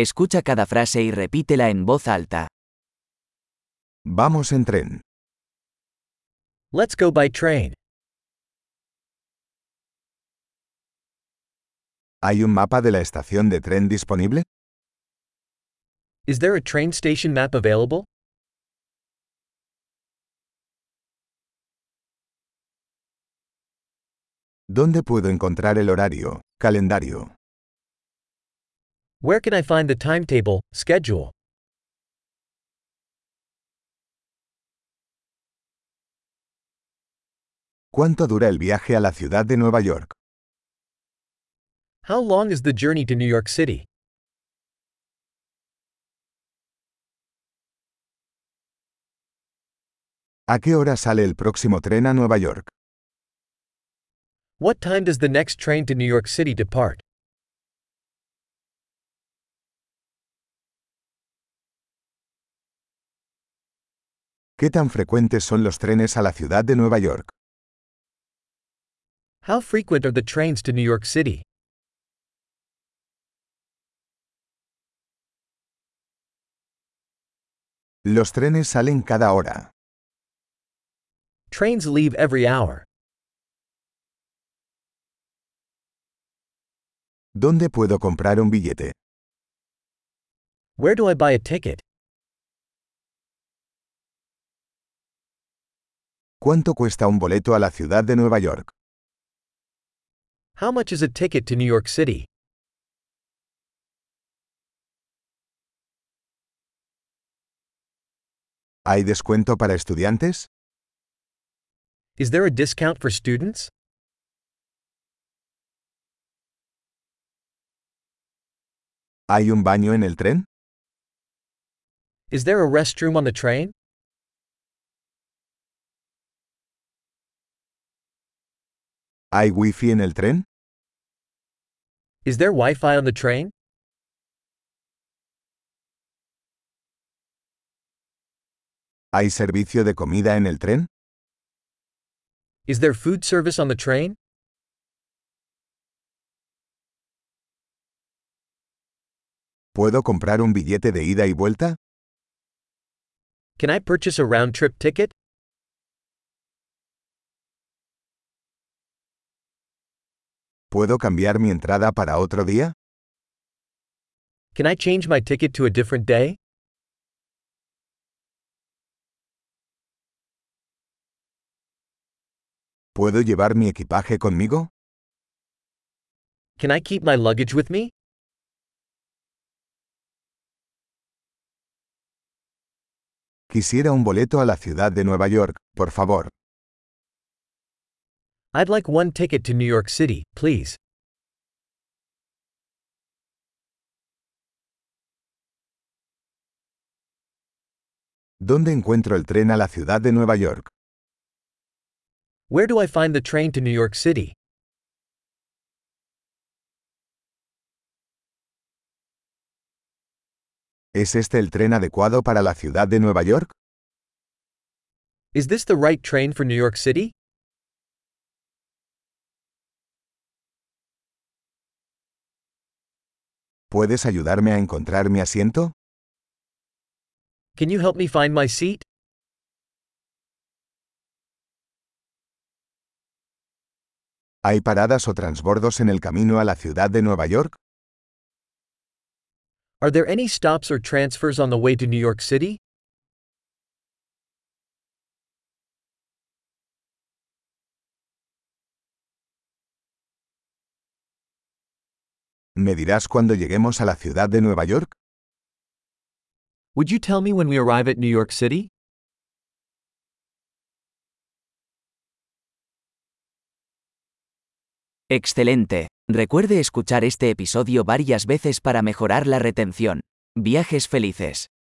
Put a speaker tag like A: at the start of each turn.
A: Escucha cada frase y repítela en voz alta.
B: Vamos en tren.
C: Let's go by train.
B: ¿Hay un mapa de la estación de tren disponible?
C: Is there a train station map available?
B: ¿Dónde puedo encontrar el horario, calendario?
C: Where can I find the timetable, schedule?
B: ¿Cuánto dura el viaje a la ciudad de Nueva York?
C: How long is the journey to New York City?
B: ¿A qué hora sale el próximo tren a Nueva York?
C: What time does the next train to New York City depart?
B: ¿Qué tan frecuentes son los trenes a la ciudad de Nueva York?
C: How frequent are the trains to New York City?
B: Los trenes salen cada hora.
C: Trains leave every hour.
B: ¿Dónde puedo comprar un billete?
C: Where do I buy a ticket?
B: ¿Cuánto cuesta un boleto a la ciudad de Nueva York?
C: How much is a ticket to New York City?
B: ¿Hay descuento para estudiantes?
C: Is there a discount for students?
B: ¿Hay un baño en el tren?
C: Is there a restroom on the train?
B: ¿Hay wifi en el tren?
C: Is there Wi Fi on the train?
B: ¿Hay servicio de comida en el tren?
C: Is there food service on the train?
B: ¿Puedo comprar un billete de ida y vuelta?
C: Can I purchase a round trip ticket?
B: ¿Puedo cambiar mi entrada para otro día?
C: Can I change my ticket to a different day?
B: ¿Puedo llevar mi equipaje conmigo?
C: Can I keep my luggage with me?
B: Quisiera un boleto a la ciudad de Nueva York, por favor.
C: I'd like one ticket to New York City, please.
B: ¿Dónde encuentro el tren a la ciudad de Nueva York?
C: Where do I find the train to New York City?
B: ¿Es este el tren adecuado para la ciudad de Nueva York?
C: Is this the right train for New York City?
B: ¿Puedes ayudarme a encontrar mi asiento?
C: Can you help me find my seat?
B: ¿Hay paradas o transbordos en el camino a la ciudad de Nueva York?
C: Are there any stops or transfers on the way to New York City?
B: ¿Me dirás cuándo lleguemos a la ciudad de Nueva York?
C: Would you tell me when we arrive at New York City?
A: Excelente. Recuerde escuchar este episodio varias veces para mejorar la retención. Viajes felices.